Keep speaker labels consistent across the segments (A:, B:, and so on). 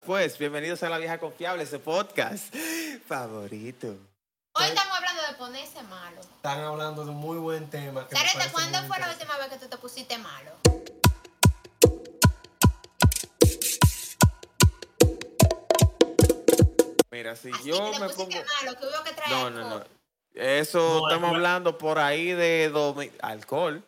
A: después. Pues, Bienvenidos a La Vieja Confiable, ese podcast favorito.
B: Hoy estamos hablando de ponerse malo.
C: Están hablando de un muy buen tema. que me
B: Sarita,
C: parece
B: ¿cuándo
C: muy
B: fue la
C: interesante.
B: última vez que tú te pusiste malo?
A: Mira, si
B: Así
A: yo
B: que te
A: me pongo.
B: pusiste malo, que hubo que traer
A: No, no, no.
B: alcohol.
A: Eso
C: No,
A: estamos
C: alcohol.
A: hablando por ahí de domi- alcohol.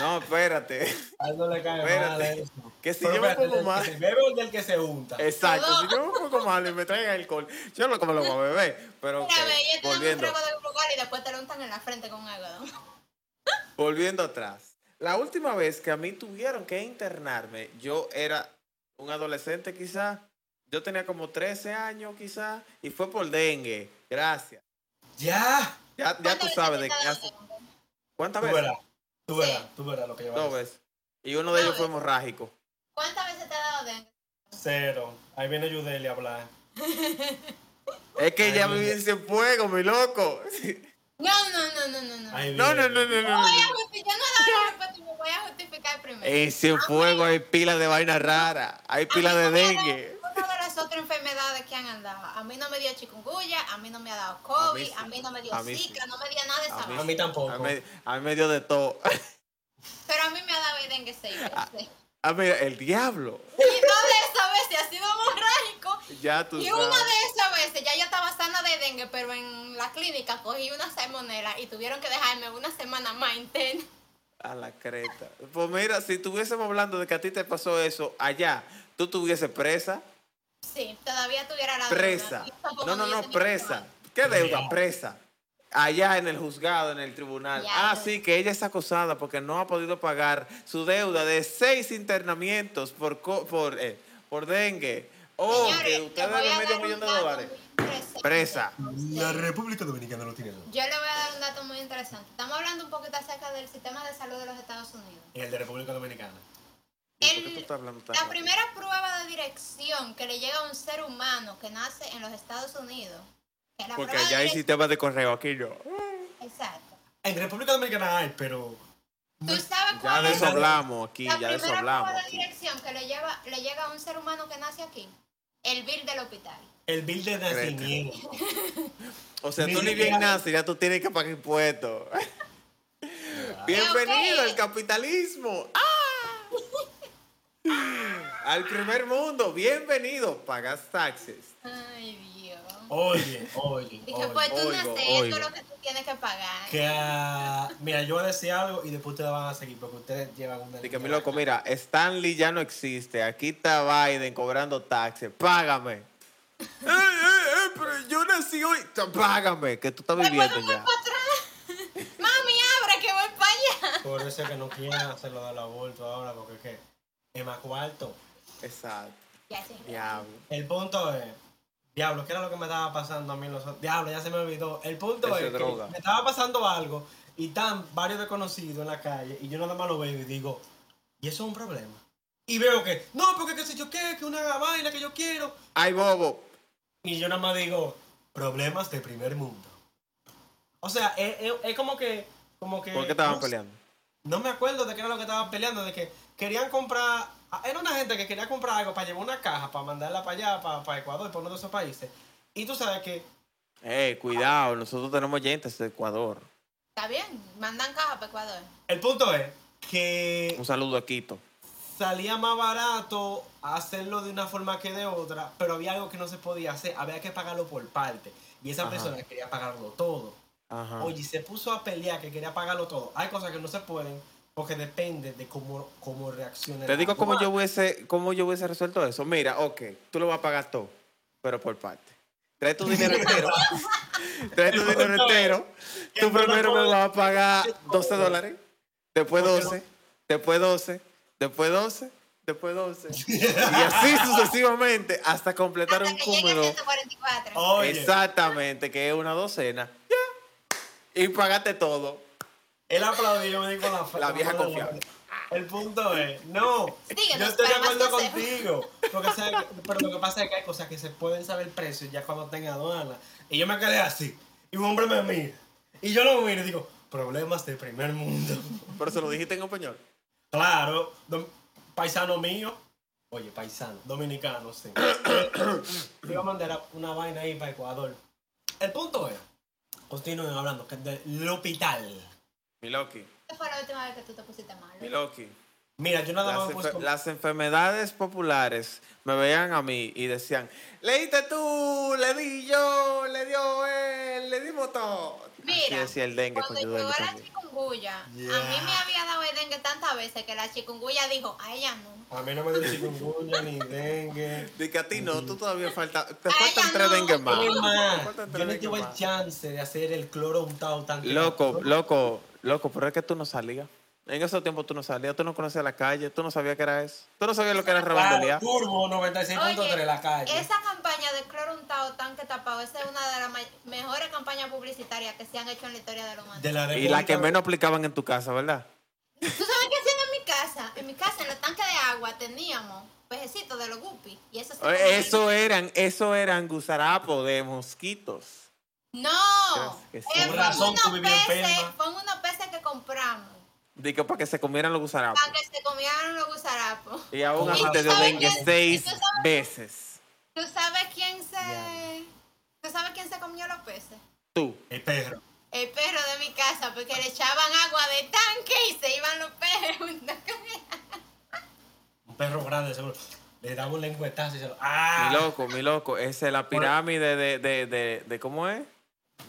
A: No, espérate.
C: Algo le cae mal a
A: Espérate.
C: eso.
A: Que si
C: Pero
A: yo me
C: espérate,
A: pongo
C: del
A: mal.
C: que se bebe o del que se unta.
A: Exacto, si yo me pongo malo y me traen alcohol, yo no como lo voy a beber. Pero ok,
B: Una vez yo te daba un
A: volviendo,
B: trago de lugar y después te lo untan en la frente con algodón.
A: volviendo atrás. La última vez que a mí tuvieron que internarme, yo era un adolescente quizás, yo tenía como 13 años quizás, y fue por dengue. Gracias.
C: Ya.
A: Ya, ya tú sabes de qué hace. ¿Cuántas
C: Tú
A: veces?
C: verás. Tú verás. Tú verás lo que yo voy a
A: Dos
C: decir.
A: veces. Y uno de
B: Dos
A: ellos fue
B: veces.
A: hemorrágico.
B: ¿Cuántas veces te ha dado dengue?
C: Cero. Ahí viene Yudeli a hablar.
A: Es que
C: Ay,
A: ya
C: mi
A: viví en Cienfuegos, mi loco.
B: No, no, no, no, no, no.
C: Ahí
A: No, no,
C: viene.
A: no, no, no.
B: Voy a
A: no.
B: justificar, yo no he dado respeto y me voy a justificar primero.
A: En Cienfuegos hay pila de vaina rara, hay pila de dengue.
B: Una de las otras enfermedades que han andado. A mí no me dio chikungunya, a mí no me ha dado
A: A mí
B: COVID,
A: sí.
B: a mí no me dio
A: A mí sí.
B: Zika, no me dio nada
A: A
B: de esa
A: mí
C: A
B: vaina.
C: mí tampoco.
A: A mí, a mí me dio de todo.
B: Pero a mí me ha dado dengue seis veces.
A: Ah, mira, el diablo.
B: Y dos de esas veces ha sido hemorrágico.
A: Ya tú
B: Y una
A: sabes.
B: de esas veces ya yo estaba sana de dengue, pero en la clínica cogí una salmonela y tuvieron que dejarme una semana más interna.
A: A la creta. Pues mira, si estuviésemos hablando de que a ti te pasó eso allá, tú estuviese presa.
B: Sí, todavía tuviera la deuda.
A: Presa.
B: Yo tampoco
A: No, no,
B: me
A: no,
B: hubiese
A: presa.
B: ni
A: ¿Qué
C: Ya.
A: deuda? Presa. Allá en el juzgado, en el tribunal.
B: Ya.
A: Ah, sí, que ella es acosada porque no ha podido pagar su deuda de seis internamientos por, co- por, eh, por dengue. Oh,
B: Señores,
A: que
B: te
A: usted
B: voy a
A: debe medio
B: dar
A: millón de
B: un dato
A: dólares.
B: muy interesante.
A: Presa.
C: La República Dominicana no tiene
B: Yo le voy a dar un dato muy interesante. Estamos hablando un poquito acerca del sistema de salud de los Estados Unidos.
C: El de República Dominicana.
A: ¿Y ¿Por qué
B: El-
A: tú estás hablando tan
B: La
A: rápido?
B: primera prueba de dirección que le llega a un ser humano que nace en los Estados Unidos. que la
A: Porque
B: prueba de
A: allá hay
B: direc-
A: sistemas de correo, aquí no.
B: Exacto.
C: En República Dominicana hay, pero.
B: ¿Tú sabes
A: Ya
B: cuál
A: de
B: es
A: eso hablamos aquí,
B: la
A: ya de eso
B: primera
A: hablamos.
B: prueba de
A: aquí.
B: dirección que le, lleva, le llega a un ser humano que nace aquí? El bill del hospital.
C: El bill de nacimiento.
A: O sea,
C: Ni
A: tú ni
C: siquiera-
A: bien naces, ya tú tienes que pagar impuestos. Bienvenido al capitalismo. ¡Ah! al primer mundo, bienvenido. Pagas taxes.
B: Ay, Dios.
C: Oye, oye.
B: Dije,
C: oye.
B: pues tú
A: oigo,
B: naces,
A: oigo.
B: esto es lo que tú tienes que pagar.
C: Que, ah, mira, yo voy a decir algo y después ustedes van a seguir porque ustedes llevan una.
A: Así que, mi loco, mira, Stanley ya no existe. Aquí está Biden cobrando taxes. Págame. Eh, eh, eh, pero yo nací hoy. Págame, que tú estás
B: Pues, pues,
A: viviendo
B: voy
A: ya.
B: para atrás. Mami, abre que voy para allá.
C: Por eso es que no quieren hacerlo del aborto ahora porque es que es más cuarto.
A: Exacto.
B: Ya, sí.
A: Diablo.
C: El punto es. Diablo, ¿qué era lo que me estaba pasando a mí? en los otros? Diablo, ya se me olvidó. El punto
A: Eso
C: es
A: es droga.
C: que me estaba pasando algo y están varios desconocidos en la calle y yo nada más lo veo y digo, ¿y eso es un problema? Y veo que, no, porque qué sé yo qué, que una vaina que yo quiero.
A: Ay, bobo.
C: Y yo nada más digo, problemas de primer mundo. O sea, es, es- es como que... Como que
A: ¿Por qué estaban
C: no sé,
A: peleando?
C: No me acuerdo de qué era lo que estaban peleando, de que querían comprar. ah, Era una gente que quería comprar algo para llevar una caja, para mandarla para allá, para, para Ecuador, para uno de esos países. Y tú sabes que.
A: Eh, cuidado, nosotros tenemos oyentes de Ecuador.
B: Está bien, mandan caja para Ecuador.
C: El punto es que
A: Un saludo a Quito.
C: salía más barato hacerlo de una forma que de otra, pero había algo que no se podía hacer, había que pagarlo por parte. Y esa
A: Ajá.
C: persona quería pagarlo todo.
A: Ajá.
C: Oye, se puso a pelear que quería pagarlo todo. Hay cosas que no se pueden porque depende de cómo, cómo reaccione.
A: Te
C: la
A: digo cómo
C: aduana.
A: yo, hubiese, cómo yo hubiese resuelto eso. Mira, ok, tú lo vas a pagar todo, pero por parte. Trae tu dinero entero. Trae tu dinero entero.
C: Que
A: Tú
C: no lo
A: primero me
C: puedo-
A: vas a pagar 12 dólares, después
C: Porque no-
A: 12, después 12, después 12, después 12. Y así sucesivamente hasta completar
B: Hasta
A: un
B: que llegue a
A: cúmulo. Oh.
B: 144.
C: Oye,
A: Exactamente, que es una docena. Ya. Y pagaste todo.
C: Él aplaudió, me dijo la
A: La vieja confiable.
C: El punto es, no,
B: Síguenos
C: yo estoy de
B: para más
C: acuerdo
B: consejos.
C: contigo. Porque, ¿sabes? Pero lo que pasa es que hay cosas que se pueden saber el precio ya cuando tenga aduana. Y yo me quedé así. Y un hombre me mira. Y yo lo miro y digo, problemas de primer mundo.
A: Pero se lo dijiste en español.
C: Claro, don- paisano mío. Oye, paisano, dominicano, sí. Te iba a mandar a- una vaina ahí para Ecuador. El punto es, continúen hablando, que del hospital.
A: Miloki,
B: ¿Qué fue la última vez que tú te pusiste mal?
A: Miloki.
C: Mira, yo nada más
A: Las,
C: me he
A: enfe-
C: puesto-
A: las enfermedades populares me veían a mí y decían, leíste tú, le di yo, le dio él, le dimos todo. Así
B: Mira,
A: decía el dengue con
B: cuando
A: yo
B: llegó
A: dengue
B: la
A: también.
B: chikungunya, a mí
C: Yeah.
B: me había dado el dengue tantas veces que la chikungunya dijo, a ella no.
C: A mí no me dio chikungunya ni dengue.
A: Dije a ti no, tú todavía falta, te
B: Ay,
A: faltan
B: ya
A: tres
B: no.
A: dengue más.
C: Es
A: Te
C: más,
A: faltan
C: yo
A: tres
C: no
A: dengue
C: tuve el
A: más.
C: chance de hacer el cloro untado tan
A: Loco, loco, loco, pero es que tú no salías. En esos tiempos tú no salías, tú no conocías la calle, tú no sabías qué era eso. Tú no sabías lo que era
C: Claro,
A: rebandolear.
C: turbo 96.3 la calle.
B: esa campaña de cloro untado tanque tapado, esa es una de las may- mejores campañas publicitarias que se han hecho en la historia de la humanidad.
C: De la
A: Y la que
C: República-
A: menos aplicaban en tu casa, ¿verdad?
B: ¿Tú sabes qué hacían en mi casa? En mi casa, en los tanques de agua, teníamos pejecitos de los guppies. Y eso se comían.
A: Eso eran, eso eran gusarapos de mosquitos.
B: ¡No!
A: Gracias, sí.
B: Eh,
C: Con
B: Fueron
C: razón tú
B: unos
C: vivías
B: peces,
C: enferma.
B: fueron unos peces que compramos.
A: Digo, para que se comieran los gusarapos.
B: Para que se comieran los gusarapos.
A: Y aún
C: Con
A: así
C: razón.
A: te dio dengue
B: ¿Y tú sabes-
A: seis
B: y tú sabes-
A: veces.
B: ¿Tú sabes quién se...
C: Diablo.
B: ¿Tú sabes quién se comió los peces?
A: Tú.
C: El perro.
B: El perro de mi casa, porque le echaban agua de tanque y se iban los peces junto con él.
C: Un perro grande, seguro. Le daba un lengüetazo y se lo. ¡Ah!
A: Mi loco, mi loco. Esa es la pirámide de, de, de, de ¿cómo es?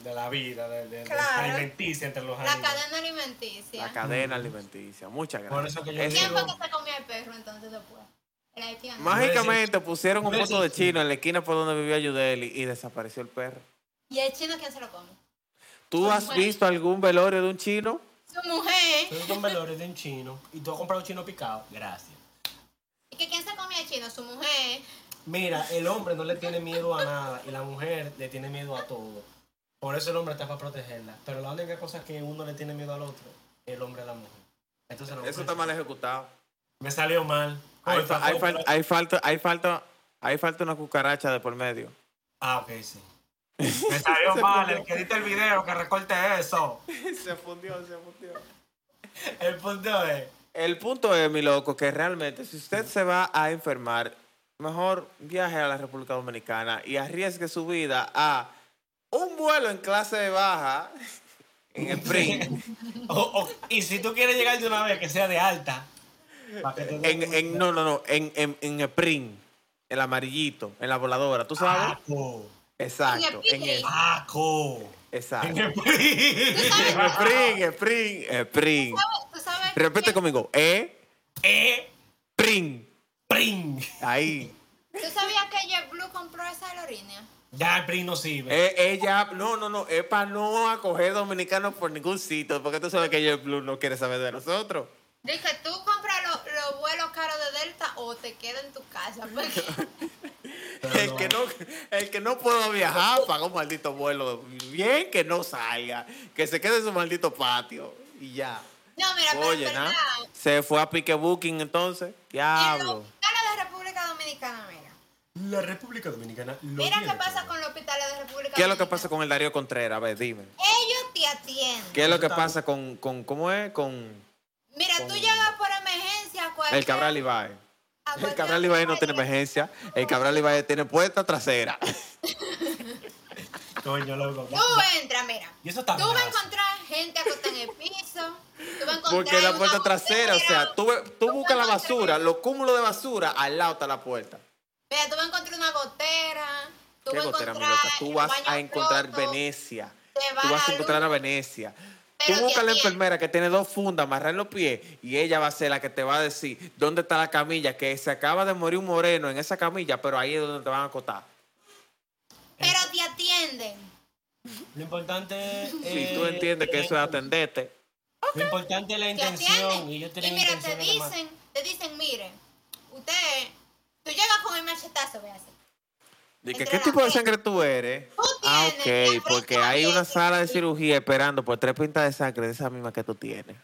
C: De la vida, de, de, de
B: Claro.
C: alimenticia entre los
B: La
C: animales.
B: cadena
A: La
B: alimenticia.
A: cadena alimenticia. Muchas
C: Por
A: gracias.
C: eso que yo
A: Ese-
B: ¿Quién
C: digo-
B: fue que se comió el perro entonces después? El haitiano.
A: Mágicamente pusieron un
C: Por
A: puesto de
C: eso sí.
A: chino en la esquina por donde vivía Yudeli y desapareció el perro.
B: ¿Y el chino quién se lo come?
A: ¿Tú
B: Ay,
A: has
B: bueno.
A: visto algún velorio de un chino?
B: Su mujer.
C: Pero son valores de un chino. Y tú has comprado chino picado. Gracias.
B: ¿Y que quién se comía el chino? Su mujer.
C: Mira, el hombre no le tiene miedo a nada. Y la mujer le tiene miedo a todo. Por eso el hombre está para protegerla. Pero la única cosa que uno le tiene miedo al otro, el hombre a la mujer. Entonces, la
A: Eso
C: mujer-
A: está mal ejecutado.
C: Me salió mal.
A: Hay,
C: Ay,
A: fa- hay
C: tampoco-
A: fal- hay falta, hay falta, hay falta una cucaracha de por medio.
C: Ah, ok, sí. Me salió mal el que edita el video, que recorte eso.
A: se fundió, se fundió.
C: El punto es.
A: El punto es, mi loco, que realmente si usted se va a enfermar, mejor viaje a la República Dominicana y arriesgue su vida a un vuelo en clase de baja en el PRI.
C: o- o- y si tú quieres llegar de una vez, que sea de alta. pa' que te den
A: En,
C: un-
A: en- no, no, no, en, en, en el PRI, el amarillito, en la voladora, ¿tú sabes?
C: Aco.
A: Exacto, en
B: En el PRI.
A: el,
C: Aco.
A: exacto.
C: En
A: En
C: el PRI.
A: el PRI, en el PRI, en el PRI.
B: ¿Tú sabes
A: Repite
B: quién-
A: conmigo, eh,
C: Eh,
A: PRI,
C: PRIN.
A: ahí.
B: ¿Tú sabías que JetBlue compró esa aerolínea?
C: Ya el PRIN no sirve.
A: Eh, ella, no, no, no, es para no acoger dominicanos por ningún sitio, porque tú sabes que el Blue no quiere saber de nosotros.
B: Dije, tú compras lo- los vuelos caros de Delta o te quedas en tu casa. Porque
C: Pero
A: El que, no, el que no pueda viajar, paga un maldito vuelo. Bien que no salga, que se quede en su maldito patio y ya.
B: No, mira, pero
A: Oye,
B: es
A: ¿na?
B: verdad.
A: Se fue a Pique Booking entonces.
B: En los
A: Diablo.
B: hospitales de República Dominicana, mira.
C: La República Dominicana. lo
B: Mira
C: tiene
B: qué pasa
C: todo.
B: con los hospitales de República Dominicana.
A: ¿Qué es lo que pasa con el Darío Contreras? A ver, dime.
B: Ellos te atienden.
A: ¿Qué es lo que
C: Eso está-
A: pasa con, con cómo es? Con
B: Mira, tú llegas por emergencia a cualquier...
A: el Cabral Ibae.
B: a
A: El
B: cualquier
A: Cabral Ibae no tiene
B: hospital y-
A: emergencia. El Cabral Ibae tiene puerta trasera.
C: Coño, loco.
B: Tú entras, mira.
C: Y eso está
B: Tú vas a
C: raso.
B: encontrar gente acostada en el piso. Tú vas a encontrar
A: Porque la
B: una
A: puerta trasera, o sea,
B: botella.
A: tú, ve- tú buscas la
B: vas a
A: basura,
B: encontrar-
A: los cúmulos de basura, al lado está la puerta.
B: Mira, tú vas a encontrar una gotera. Tú
A: Qué
B: vas a
A: gotera, mi
B: encontrar
A: loca. Tú
B: el
A: vas
B: baño
A: a encontrar
B: roto.
A: Venecia.
B: te va
A: Tú vas a
B: la
A: encontrar a
B: luz.
A: Venecia. Tú
B: Pero te
A: buscas a la
B: atienden.
A: enfermera que tiene dos fundas amarrar los pies y ella va a ser la que te va a decir dónde está la camilla, que se acaba de morir un moreno en esa camilla, pero ahí es donde te van a acotar.
B: Pero te atienden.
C: Lo importante es.
A: Si tú entiendes que eso es atenderte.
C: Lo importante es la
B: Te
C: intención.
B: atienden.
C: Y
B: Y,
C: ellos tienen
B: mira, te
C: intenciones de más.
B: dicen, te dicen, miren, usted, tú llegas con el machetazo, voy a hacer.
A: Dije,
B: Entre
A: ¿qué
B: la
A: tipo de
B: gente.
A: sangre tú eres?
B: Tú
A: Ah,
B: tienes la
A: ok, porque
B: brecha
A: hay una
B: abierta.
A: sala de cirugía esperando por tres pintas de sangre de esa misma que tú tienes.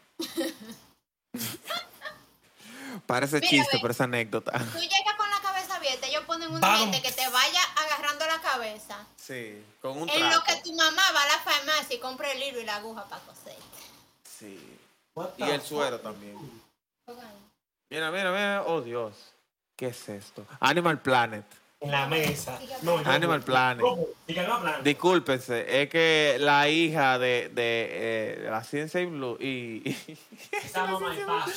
A: Parece
B: Mira,
A: chiste,
B: ve.
A: pero es anécdota.
B: Tú llegas con la cabeza abierta, ellos ponen una
C: Vamos.
B: gente que te vaya agarrando la cabeza.
A: Sí, con un
B: En lo que tu mamá va a la farmacia y compra el hilo y la aguja para coser.
A: Sí.
C: What
A: Y
C: the
A: el
C: fuck?
A: suero también. Mira, mira, mira. Oh, Dios. ¿Qué es esto? Animal Planet.
C: en la mesa. No, yo-
A: Animal Planet.
C: Rojo, díganlo a Planet.
A: Discúlpense, es que la hija de, de, eh, de la ciencia y, Blue- y-
C: Estamos mal paso.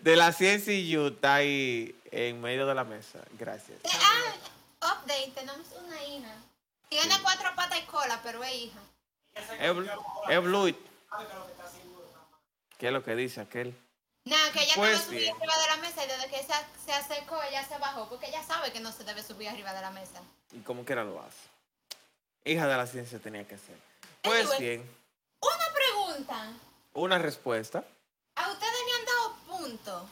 A: de la ciencia y you está ahí en medio de la mesa. Gracias.
B: Te- ah, update, tenemos una hija. Tiene cuatro patas y cola, pero es hija.
A: Es, bl- es Blue. ¿Qué es lo que dice aquel?
B: Nada, que ella no
A: Pues
B: va a subir
A: bien.
B: arriba de la mesa y desde que se, se acercó ella se bajó porque ella sabe que no se debe subir arriba de la mesa.
A: Y como quiera lo hace. Hija de la ciencia tenía que ser. Pues
B: Anyway.
A: bien,
B: Una pregunta.
A: una respuesta.
B: A ustedes me han dado punto.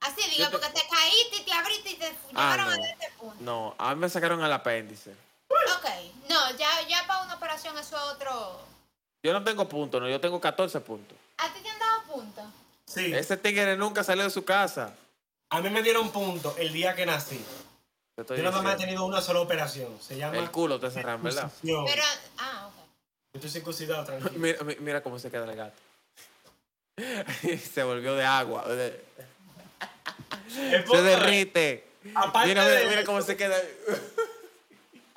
B: Así digo,
A: Yo te-
B: porque te caíste y te abriste y te
A: Ah,
B: llevaron a
A: no.
B: darte punto.
A: No, a mí me sacaron al apéndice.
B: Ok, no, ya, ya para una operación eso es otro.
A: Yo no tengo puntos, no, yo tengo 14 puntos.
B: ¿A ti te han dado punto?
C: Sí,
A: Ese tigre nunca salió de su casa.
C: a mí me dieron punto el día que nací.
A: Te estoy
C: Yo nada más he
A: diciendo.
C: tenido una sola operación. Se llama.
A: El culo te cerraron, ¿verdad?
C: circuncisión.
B: Pero, ah, ok.
C: Yo estoy circuncidado, tranquilo.
A: Mira, mi- mira cómo se queda el gato. se volvió de agua. de-
C: El punto
A: Se
C: es,
A: derrite.
C: Aparte
A: Mira,
C: de-
A: mira, mira cómo se queda.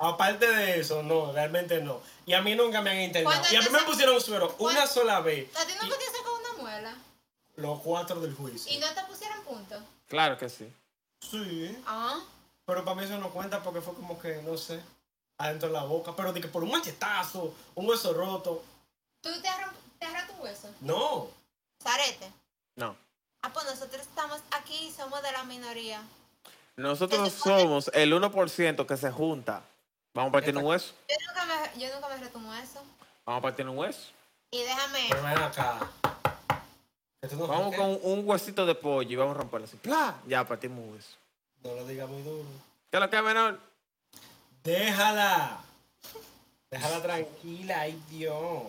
C: Aparte de eso, no, realmente no. Y a mí nunca me han internado.
B: Cuando
C: Y a mí
B: te
C: me
B: sa-
C: pusieron un suero una
B: Cuando-
C: sola vez.
B: ¿A ti nunca te han sacado una muela?
C: Los cuatro del
B: ¿Y
C: juicio.
B: no te pusieron punto?
A: Claro que sí.
C: Sí.
B: Ah,
C: Pero para mí eso no cuenta porque fue como que, no sé, adentro de la boca. Pero de que por un machetazo, un hueso roto.
B: ¿tú te has, rom- te has roto un hueso?
C: No.
B: Zarete.
A: No.
B: Ah, pues nosotros estamos aquí y somos de la minoría.
A: Nosotros
B: Se supone-
A: somos el 1% que se junta. Vamos a partir un hueso.
B: Yo nunca me, yo nunca me retomo eso.
A: Vamos a partir un hueso.
B: Y déjame,
C: Pero ven acá. Esto no
A: Vamos con un huesito de pollo y vamos a romperlo así. ¡Pla! Ya partimos un hueso.
C: No lo diga muy duro.
A: ¿Qué es lo que es menor?
C: Déjala. Déjala tranquila, ay Dios.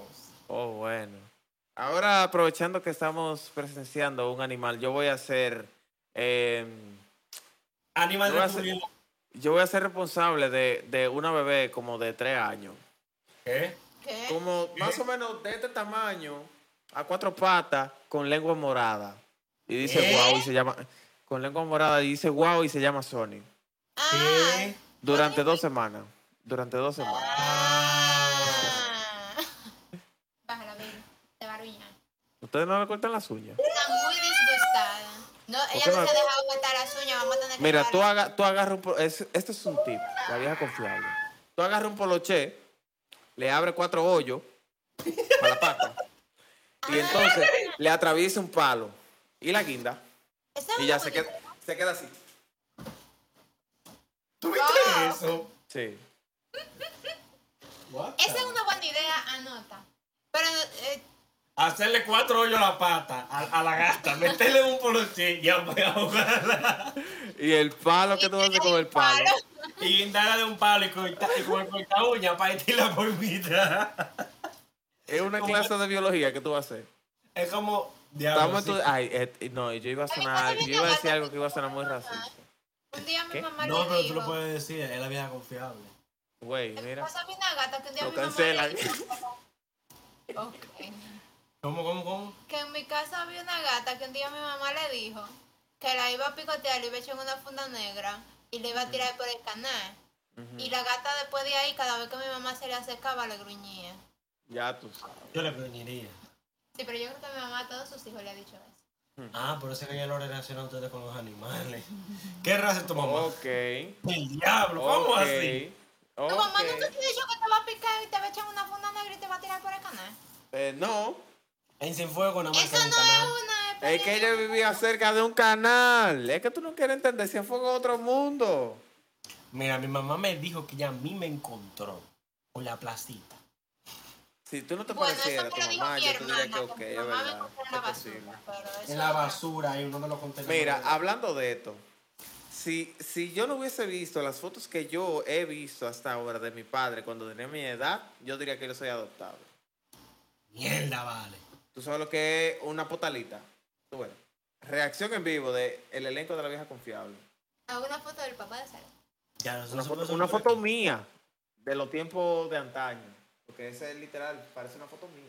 A: Oh, bueno. Ahora, aprovechando que estamos presenciando un animal, yo voy a hacer. em,
C: Animal
A: Lo
C: de
A: hace-
C: culo.
A: Yo voy a ser responsable de, de una bebé como de tres años.
C: ¿Qué?
B: ¿qué?
A: Como más o menos de este tamaño, a cuatro patas, con lengua morada. Y dice
C: ¿Qué?
A: wow y se llama. Con lengua morada y dice wow y se llama Sony.
B: Ah,
C: ¿Qué?
A: Durante dos semanas. Durante dos semanas.
B: ah. Bájala, baby. Te va a arruinar.
A: Ustedes no le cortan las uñas.
B: Está muy disgustada. No, ella
A: qué
B: no
A: no?
B: se ha dejado cortar las uñas. Vamos a tener que
A: Mira, tú,
B: llevarla.
A: haga, tú agarras un. polo- Es, este es un tip, la vieja confiable. Tú agarras un poloché, le abre cuatro hoyos para la pata. Y entonces le atraviesa un palo y la guinda.
B: Esa es
A: Y
B: una
A: ya se
B: bonita.
A: queda, se queda así.
C: ¿Tú viste eso?
A: Sí.
C: What
B: Esa
C: the-
B: es una buena idea, anota. Pero eh,
C: Hacerle cuatro hoyos a la pata, a, a la gata, meterle un poloche y ahogarla.
A: Y el palo que tú haces con el palo.
C: Y guindarla de un palo y cortar y con el corta uña para la por mitad.
A: Es una clase de biología que tú vas a hacer.
C: Es como. Diablo,
A: Estamos en
C: sí.
A: tu- Ay, eh, no, yo iba a sonar, yo iba a decir algo que iba a sonar muy racista.
B: un día mi
A: ¿Qué?
B: mamá le
C: No, pero tú
B: dijo,
C: lo puedes decir, es la vieja confiable.
A: Güey,
B: "Le
A: mira.
B: pasa a mi nagata que un día
A: Lo
B: mi mamá
A: cancelan.
B: le dijo- Ok.
C: ¿Cómo, cómo, cómo?
B: Que en mi casa había una gata que un día mi mamá le dijo que la iba a picotear, le iba a echar en una funda negra y le iba a tirar por el canal. Y la gata después de ahí, cada vez que mi mamá se le acercaba, le gruñía.
A: Ya tú sabes.
C: Yo le gruñiría.
B: Sí, pero yo creo que mi mamá a todos sus hijos le ha dicho eso.
C: Ah, por eso es que ella lo relaciona a ustedes con los animales. ¿Qué raza es tu mamá?
A: Ok.
C: El diablo, ¿cómo
A: ok,
C: así?
B: Tu mamá
A: ok.
B: nunca te ha dicho que te va a picar y te va a echar una funda negra y te va a tirar por el canal.
A: Eh, no,
C: En Cienfuegos nada más
B: Eso
C: que
B: no
C: un canal.
B: es una
A: es que ella vivía cerca de un canal. Es que tú no quieres entender si fue otro mundo.
C: Mira, mi mamá me dijo que ya a mí me encontró con la placita.
A: Si tú no te
B: Bueno,
A: parecieras a
B: eso me
A: tu
B: lo dijo
A: mamá,
B: mi
A: yo te
B: hermana.
A: diría que ok,
B: porque
A: es
B: mi mamá me
A: verdad.
B: encontró en la
A: es posible.
B: basura. Pero eso
C: En la basura hay uno de los contenedores.
A: Mira, hablando de esto, si, si yo no hubiese visto las fotos que yo he visto hasta ahora de mi padre cuando tenía mi edad, yo diría que yo soy adoptado.
C: Mierda, vale.
A: Tú sabes lo que es una potalita. Bueno, reacción en vivo del el elenco de la vieja confiable.
B: Hago una foto del papá de Sara.
C: Ya, no se
A: Una
C: puede
A: foto, una
C: saber.
A: foto mía de los tiempos de antaño. Porque esa es literal, parece una foto mía.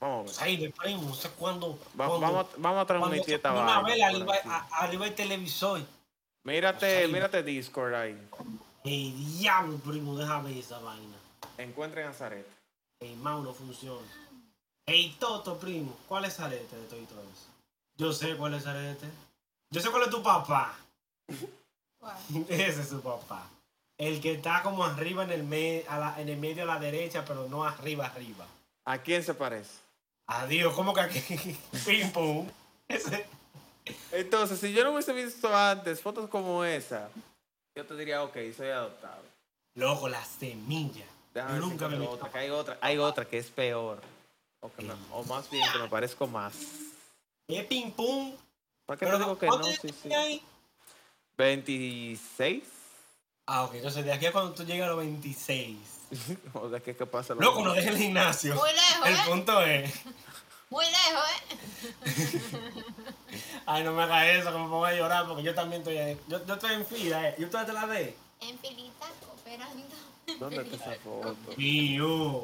A: Vamos a ver.
C: Ay, de primo, no sé cuándo.
A: Va-
C: cuándo-
A: vamos, a- vamos a
C: cuando
A: transmitir
C: se
A: esta
C: pone una
A: vaina
C: vela
A: por
C: arriba,
A: aquí.
C: a- arriba del televisor
A: Mírate, mírate Discord ahí.
C: Ey, diablo, primo, déjame esa vaina.
A: Encuentra en Nazaret.
C: Ey, Mau no funciona. Ey, Toto, primo, ¿cuál es arete de todo y todo eso? Yo sé cuál es arete. Yo sé cuál es tu papá.
B: Guau.
C: Ese es su papá. El que está como arriba en el, me- a la- en el medio a la derecha, pero no arriba, arriba.
A: ¿A quién se parece?
C: Adiós, ¿cómo que aquí? Pim pum. Ese-
A: Entonces, si yo no hubiese visto antes fotos como esa, yo te diría, ok, soy adoptado.
C: Loco, la semilla.
A: Déjame
C: Yo
A: ver si
C: nunca me
A: encuentro
C: vi-
A: otra, que hay otra, hay otra que es peor. O, que me- o más bien que me parezco más.
C: Es pim pum.
A: ¿Para qué
C: Pero
A: te digo que no?
C: ¿cuántos
A: Sí,
C: años
A: sí.
C: tiene ahí?
A: 26.
C: Ah, ok, entonces de aquí a cuando tú llegas a los 26.
A: o de qué, qué pasa. lo
C: Loco,
A: mismo.
C: no dejes el gimnasio.
B: Muy lejos,
C: El
B: ¿eh?
C: punto es.
B: Muy lejos, ¿eh?
C: Ay, no me hagas eso, que me pongo a llorar, porque yo también estoy ahí. Yo, yo estoy en fila, ¿eh? ¿Y ustedes te la ve?
B: En filita, cooperando.
A: ¿Dónde está esa foto?
C: Mío.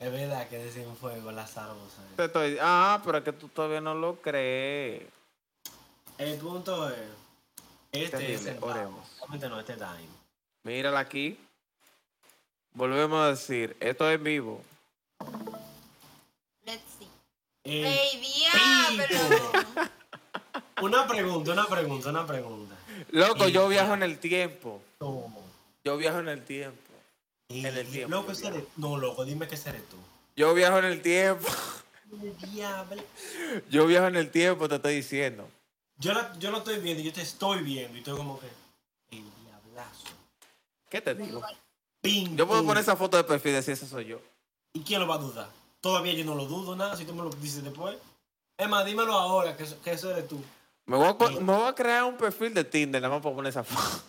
C: Es verdad que decimos fuego la eh. zarosa.
A: Te estoy- Ah, pero es que tú todavía no lo crees.
C: El punto es. Este es
A: Terrible,
C: el
A: oremos.
C: Obviamente no, este es time.
A: Mírala aquí. Volvemos a decir, esto es vivo.
B: Let's see.
C: Eh,
B: ¡Ey, diablo!
C: una pregunta, una pregunta, una pregunta.
A: Loco, yo
C: Y-
A: viajo en el tiempo.
C: ¿Cómo?
A: Yo viajo en el tiempo. En el tiempo,
C: Loco, ese
A: ya.
C: eres- No, loco, dime que ese eres tú.
A: Yo viajo en el tiempo.
C: Diablo.
A: Yo viajo en el tiempo, te estoy diciendo.
C: Yo, la- yo lo estoy viendo, yo te estoy viendo y estoy como que. El diablazo.
A: ¿Qué te digo?
C: Ping,
A: Yo puedo
C: pum.
A: poner esa foto de perfil y decir, ese soy yo.
C: ¿Y quién lo va a dudar? Todavía yo no lo dudo nada, si tú me lo dices después. Es más, dímelo ahora, que eso, que eso eres tú.
A: Me voy, a, co- me voy a crear un perfil de Tinder, nada más para poner esa foto.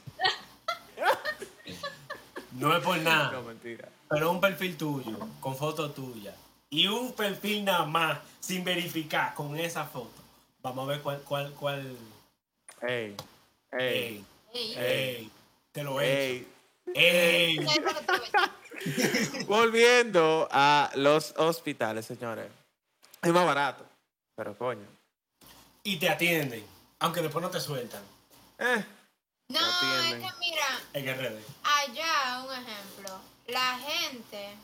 C: No es por
A: No,
C: nada,
A: mentira.
C: pero un perfil tuyo, con foto tuya. Y un perfil nada más, sin verificar, con esa foto. Vamos a ver cuál, cuál, cuál. eh,
A: Ey, ey,
C: Ey,
B: ¡Ey!
C: ey, te lo he hecho.
A: ey.
C: Ey.
B: ¿Qué es lo que tú ves?
A: Volviendo a los hospitales, señores. Es más barato, pero coño.
C: Y te atienden, aunque después no te sueltan.
A: Eh,
B: No, es
A: atienden.
B: que mira,
C: En RD.
B: allá, un ejemplo, la gente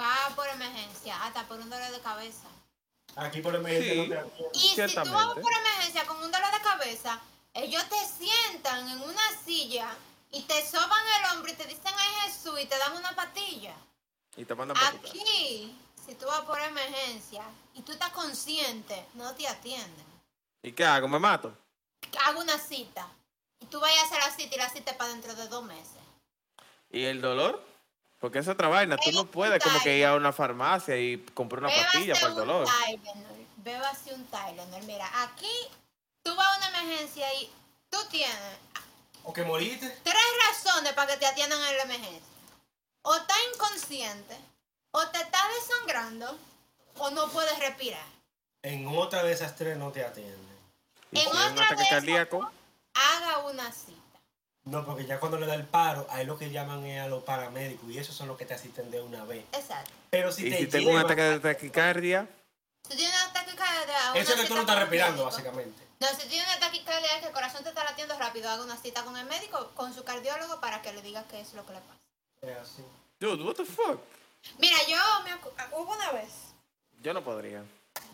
B: va por emergencia, hasta por un dolor de cabeza.
C: Aquí por el medio
A: Sí.
C: no te atienden.
B: Y si tú vas
A: Ciertamente.
B: por emergencia con un dolor de cabeza, ellos te sientan en una silla y te soban el hombro y te dicen ay Jesús y te dan una patilla.
A: y te mandan para tu casa.
B: Aquí, si tú vas por emergencia y tú estás consciente, no te atienden.
A: ¿Y qué hago? ¿Me mato?
B: Hago una cita y tú vayas a hacer la cita y la cita es para dentro de dos meses.
A: ¿Y el dolor? Porque es otra vaina. Tú no puedes como que ir a una farmacia y comprar una pastilla para el dolor.
B: un Tylenol. Bébase un Tylenol. Mira, aquí tú vas a una emergencia y tú tienes
C: O que moriste.
B: tres razones para que te atiendan en la emergencia. O estás inconsciente, o te estás desangrando, o no puedes respirar.
C: En otra de esas tres no te atienden.
A: Y
B: En
A: si es un
B: otra
A: ataque
B: vez-
A: cardíaco,
B: Haga una cita.
C: No, porque ya cuando le da el paro, ahí lo que llaman es a los paramédicos y esos son los que te asisten de una vez.
B: Exacto.
C: Pero si
A: y
C: te
A: si tengo un
C: llevan-
A: ataque de taquicardia,
B: Si tienes un ataque cardíaco.
C: Eso es que tú no estás respirando,
B: básicamente.
C: básicamente.
B: No, si tiene un ataque cardíaco, que el corazón te está latiendo rápido, haga una cita con el médico, con su cardiólogo, para que le diga qué es lo que le pasa.
C: Es así.
A: dude, what the fuck?
B: Mira, yo me acu- hubo una vez
A: Yo no podría.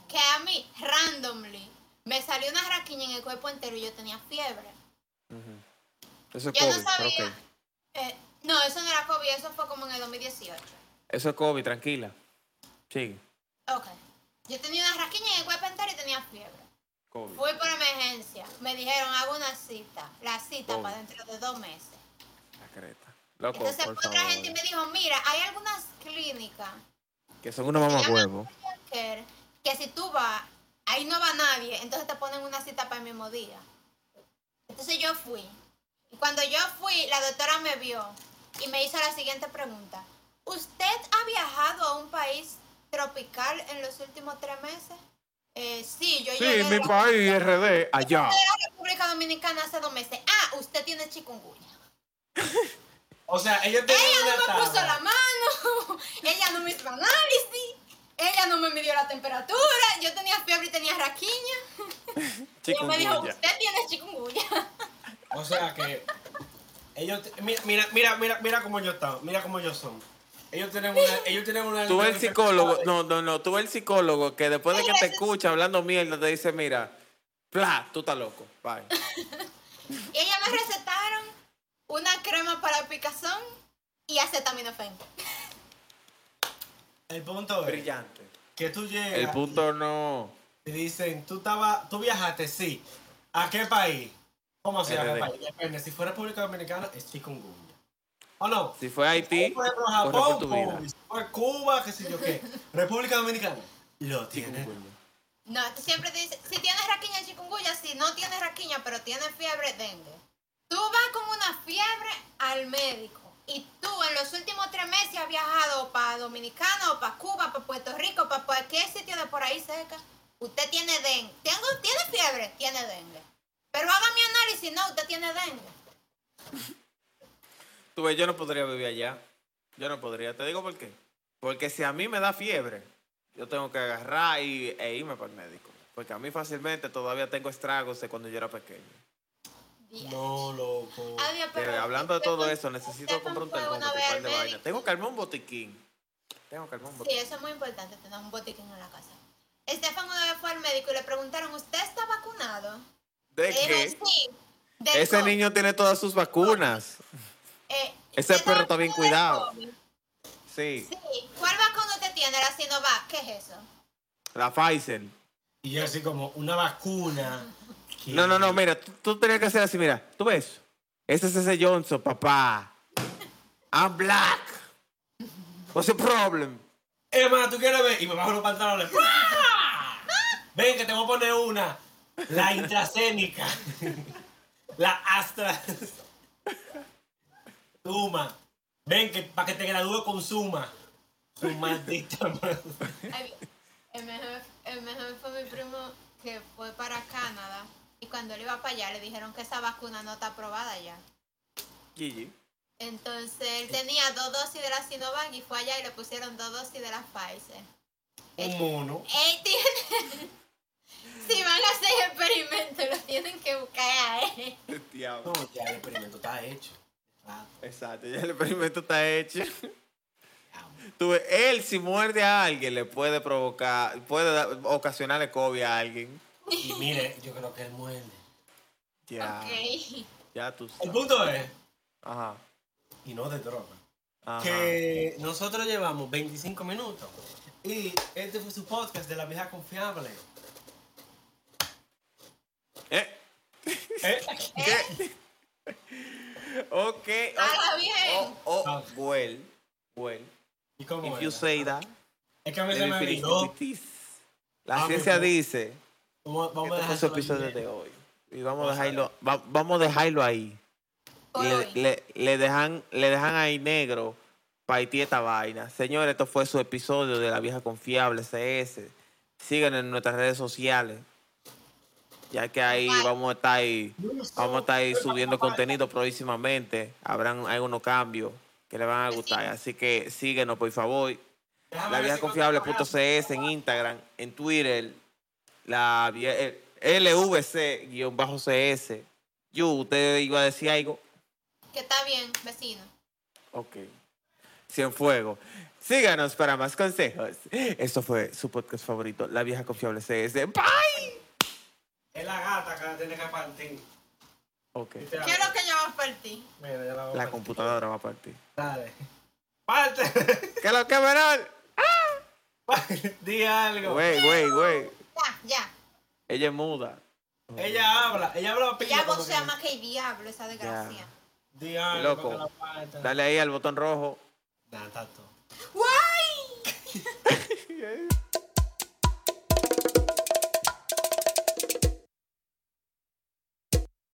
B: que a mí, randomly, me salió una raquiña en el cuerpo entero y yo tenía fiebre.
A: Eso es
B: Yo no
A: COVID, pero
B: sabía.
A: ok.
B: Eh, no, eso no era COVID, eso fue como en el 2018.
A: Eso es COVID, tranquila. Sigue.
B: Ok. Yo tenía una raquiña en el cuerpo entero y tenía fiebre.
A: COVID.
B: Fui por emergencia. Me dijeron, hago una cita. La cita
A: Oh.
B: para dentro de dos meses.
A: La creta. Loco,
B: Entonces
A: por
B: fue otra
A: favor.
B: gente y me dijo, mira, hay algunas clínicas
A: Que son unos mamacuevos.
B: que que si tú vas, ahí no va nadie, entonces te ponen una cita para el mismo día. Entonces yo fui. Y cuando yo fui, la doctora me vio y me hizo la siguiente pregunta. ¿Usted ha viajado a un país tropical en los últimos tres meses? Eh, sí, yo llegué
A: Sí,
B: de
A: mi
B: la-
A: país, RD, allá.
B: de la República Dominicana hace dos meses. Ah, usted tiene chikungunya.
C: O sea, ellos te
B: Ella no
C: dan una
B: me puso la
C: tabla.
B: mano, ella no me hizo análisis, ella no me midió la temperatura, yo tenía fiebre y tenía raquiña. Y me dijo,
A: Chikungunya.
B: usted tiene chikungunya.
C: O sea que ellos te- mira, mira, mira, mira, mira cómo yo estaba, mira cómo ellos son. Ellos tienen una, ellos tienen una
A: Tú ves el psicólogo,
C: de-
A: no, no, no, tú ves el psicólogo que después de que te escucha hablando mierda te dice, mira, pla, tú estás loco, bye.
B: Y ella me recetaron una crema para picazón y acetaminofén.
C: El punto es
A: Brillante.
C: que tú llegas
A: El punto no.
C: y dicen, tú estaba, tú viajaste, sí. ¿A qué país? ¿Cómo se llama el
A: RD.
C: país? Depende, si fuera República Dominicana es chikungunya. ¿O no?
A: Si fue a Haití,
C: fue por
A: corre
C: Japón,
A: por tu
C: por-
A: vida.
C: por Cuba, qué sé yo qué. República Dominicana. Lo tiene.
A: Chikungunya.
B: No, tú siempre te dices, si tienes raquiña chikungunya, si no tienes raquiña, pero tienes fiebre, dengue. Tú vas con una fiebre al médico. Y tú en los últimos tres meses has viajado para Dominicana o para Cuba, para Puerto Rico, para cualquier sitio de por ahí cerca. Usted tiene dengue. ¿Tengo, ¿Tiene fiebre? Tiene dengue. Pero haga mi análisis, no, usted tiene dengue.
A: Tú ves, yo no podría vivir allá. Yo no podría. Te digo por qué. Porque si a mí me da fiebre, yo tengo que agarrar y, e irme para el médico. Porque a mí fácilmente todavía tengo estragos de cuando yo era pequeño.
C: No, loco.
B: Adiós,
A: Pero hablando de todo eso, necesito comprar un
B: fue
A: termómetro
B: una
A: y
B: vez
A: un par
B: al
A: de vainas.
B: médico.
A: Tengo que armar un botiquín. Tengo que armar un
B: Sí,
A: botiquín.
B: eso es muy importante, tener un botiquín en la casa. Estefan una vez fue al médico y le preguntaron, ¿usted está vacunado?
A: ¿De
B: Le
A: qué?
B: dijo, sí. del
A: Ese
B: COVID".
A: niño tiene todas sus vacunas.
B: Eh,
A: ese
B: "¿Usted
A: perro está bien
B: vacunado del
A: Sí,
B: COVID?". Sí. ¿Cuál vacuna usted tiene? La Sinovac. ¿Qué es eso?
A: la Pfizer.
C: Y yo así como una vacuna. que-
A: No, no, no, mira, tú, tú tenías que hacer así, mira, tú ves. Ese es ese Johnson, papá. I'm black. What's the problem?
C: Eh, ma, ¿tú quieres ver? Y me bajo los pantalones. ¡Ah! Ven, que te voy a poner una. La intracénica. La astra. Suma. Ven, que para que te gradúe con suma. Su maldita madre.
B: Ay, bien. El mejor, el mejor fue mi primo que fue para Canadá y cuando él iba para allá le dijeron que esa vacuna no está aprobada ya.
A: Gigi.
B: Entonces él tenía dos dosis de la Sinovac y fue allá y le pusieron dos dosis de la Pfizer.
C: Un mono.
B: Él tiene... si van a hacer experimentos, lo tienen que buscar eh. a él.
C: No, ya el experimento está hecho. Ah,
A: Exacto, ya el experimento está hecho.
C: diablo.
A: Tú ves, él si muerde a alguien le puede provocar, puede dar- ocasionarle COVID a alguien.
C: Y mire, yo creo que él muerde.
A: Ya,
B: Ok.
A: ya tú
C: El
A: sabes.
C: punto es,
A: Ajá,
C: y no de droga.
A: ajá.
C: que nosotros llevamos 25 minutos y este fue su podcast de la vieja confiable.
A: Eh,
C: ¿Eh?
A: ok.
B: Haga bien.
A: Oh, oh,
C: ah.
A: oh, well, well.
C: ¿Y cómo
A: If you
C: era?
A: say that,
C: Es que a mí se
A: then
C: me
A: we finish
C: olvidó.
A: with this. La
C: Ah, mi
A: ciencia
C: amor.
A: dice
C: Vamos, vamos a
A: Este
C: dejar
A: fue su
C: eso ahí.
A: episodio de hoy. Y vamos a
C: Vamos a
A: dejarlo, va- vamos a dejarlo ahí.
B: Por hoy.
A: Le, le- le dejan, le dejan ahí negro para Haití esta vaina. Señores, esto fue su episodio de La Vieja Confiable CS. Síganos en nuestras redes sociales. Ya que ahí
B: Bye.
A: vamos a estar ahí, vamos a estar ahí subiendo contenido próximamente. Habrán algunos cambios que le van a gustar. Así que síguenos, por favor.
C: Déjame
A: La
C: ver
A: vieja
C: si consigo
A: confiable.cs en Instagram, en Twitter, la vie- eh, LVC-CS. Yo, usted iba a decir algo.
B: Que está bien, vecino.
A: Ok. Cienfuego. Síganos para más consejos. Esto fue su podcast favorito, La Vieja Confiable CS. ¡Bye!
C: Es la gata que la tiene que partir.
A: Ok.
B: ¿Qué es lo que yo voy a partir?
C: Mira, ya la voy a
A: La
C: partir.
A: computadora va a partir.
C: Dale. Parte.
A: ¿Qué es lo que verán?
C: Di algo.
A: Güey, güey, güey.
B: Ya, ya.
A: Ella es muda.
C: Ella habla. Ella habla pila.
B: Ya
C: como
B: vos
C: que-
B: más que el diablo, esa desgracia.
C: Di
A: Loco.
C: algo. para que la parta.
A: Dale ahí al botón rojo.
C: Nah, está todo.
B: ¡Wow!